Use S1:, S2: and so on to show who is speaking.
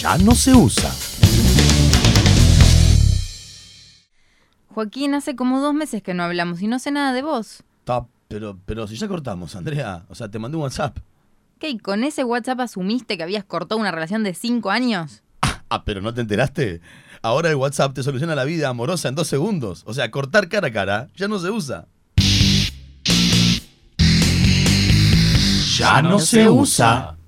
S1: ya no se usa.
S2: Joaquín, hace como dos meses que no hablamos y no sé nada de vos.
S1: Ta, pero, pero si ya cortamos, Andrea. O sea, te mandé un WhatsApp.
S2: ¿Qué? ¿Y con ese WhatsApp asumiste que habías cortado una relación de cinco años?
S1: Ah, pero ¿no te enteraste? Ahora el WhatsApp te soluciona la vida amorosa en dos segundos. O sea, cortar cara a cara ya no se usa.
S3: Ya no se usa.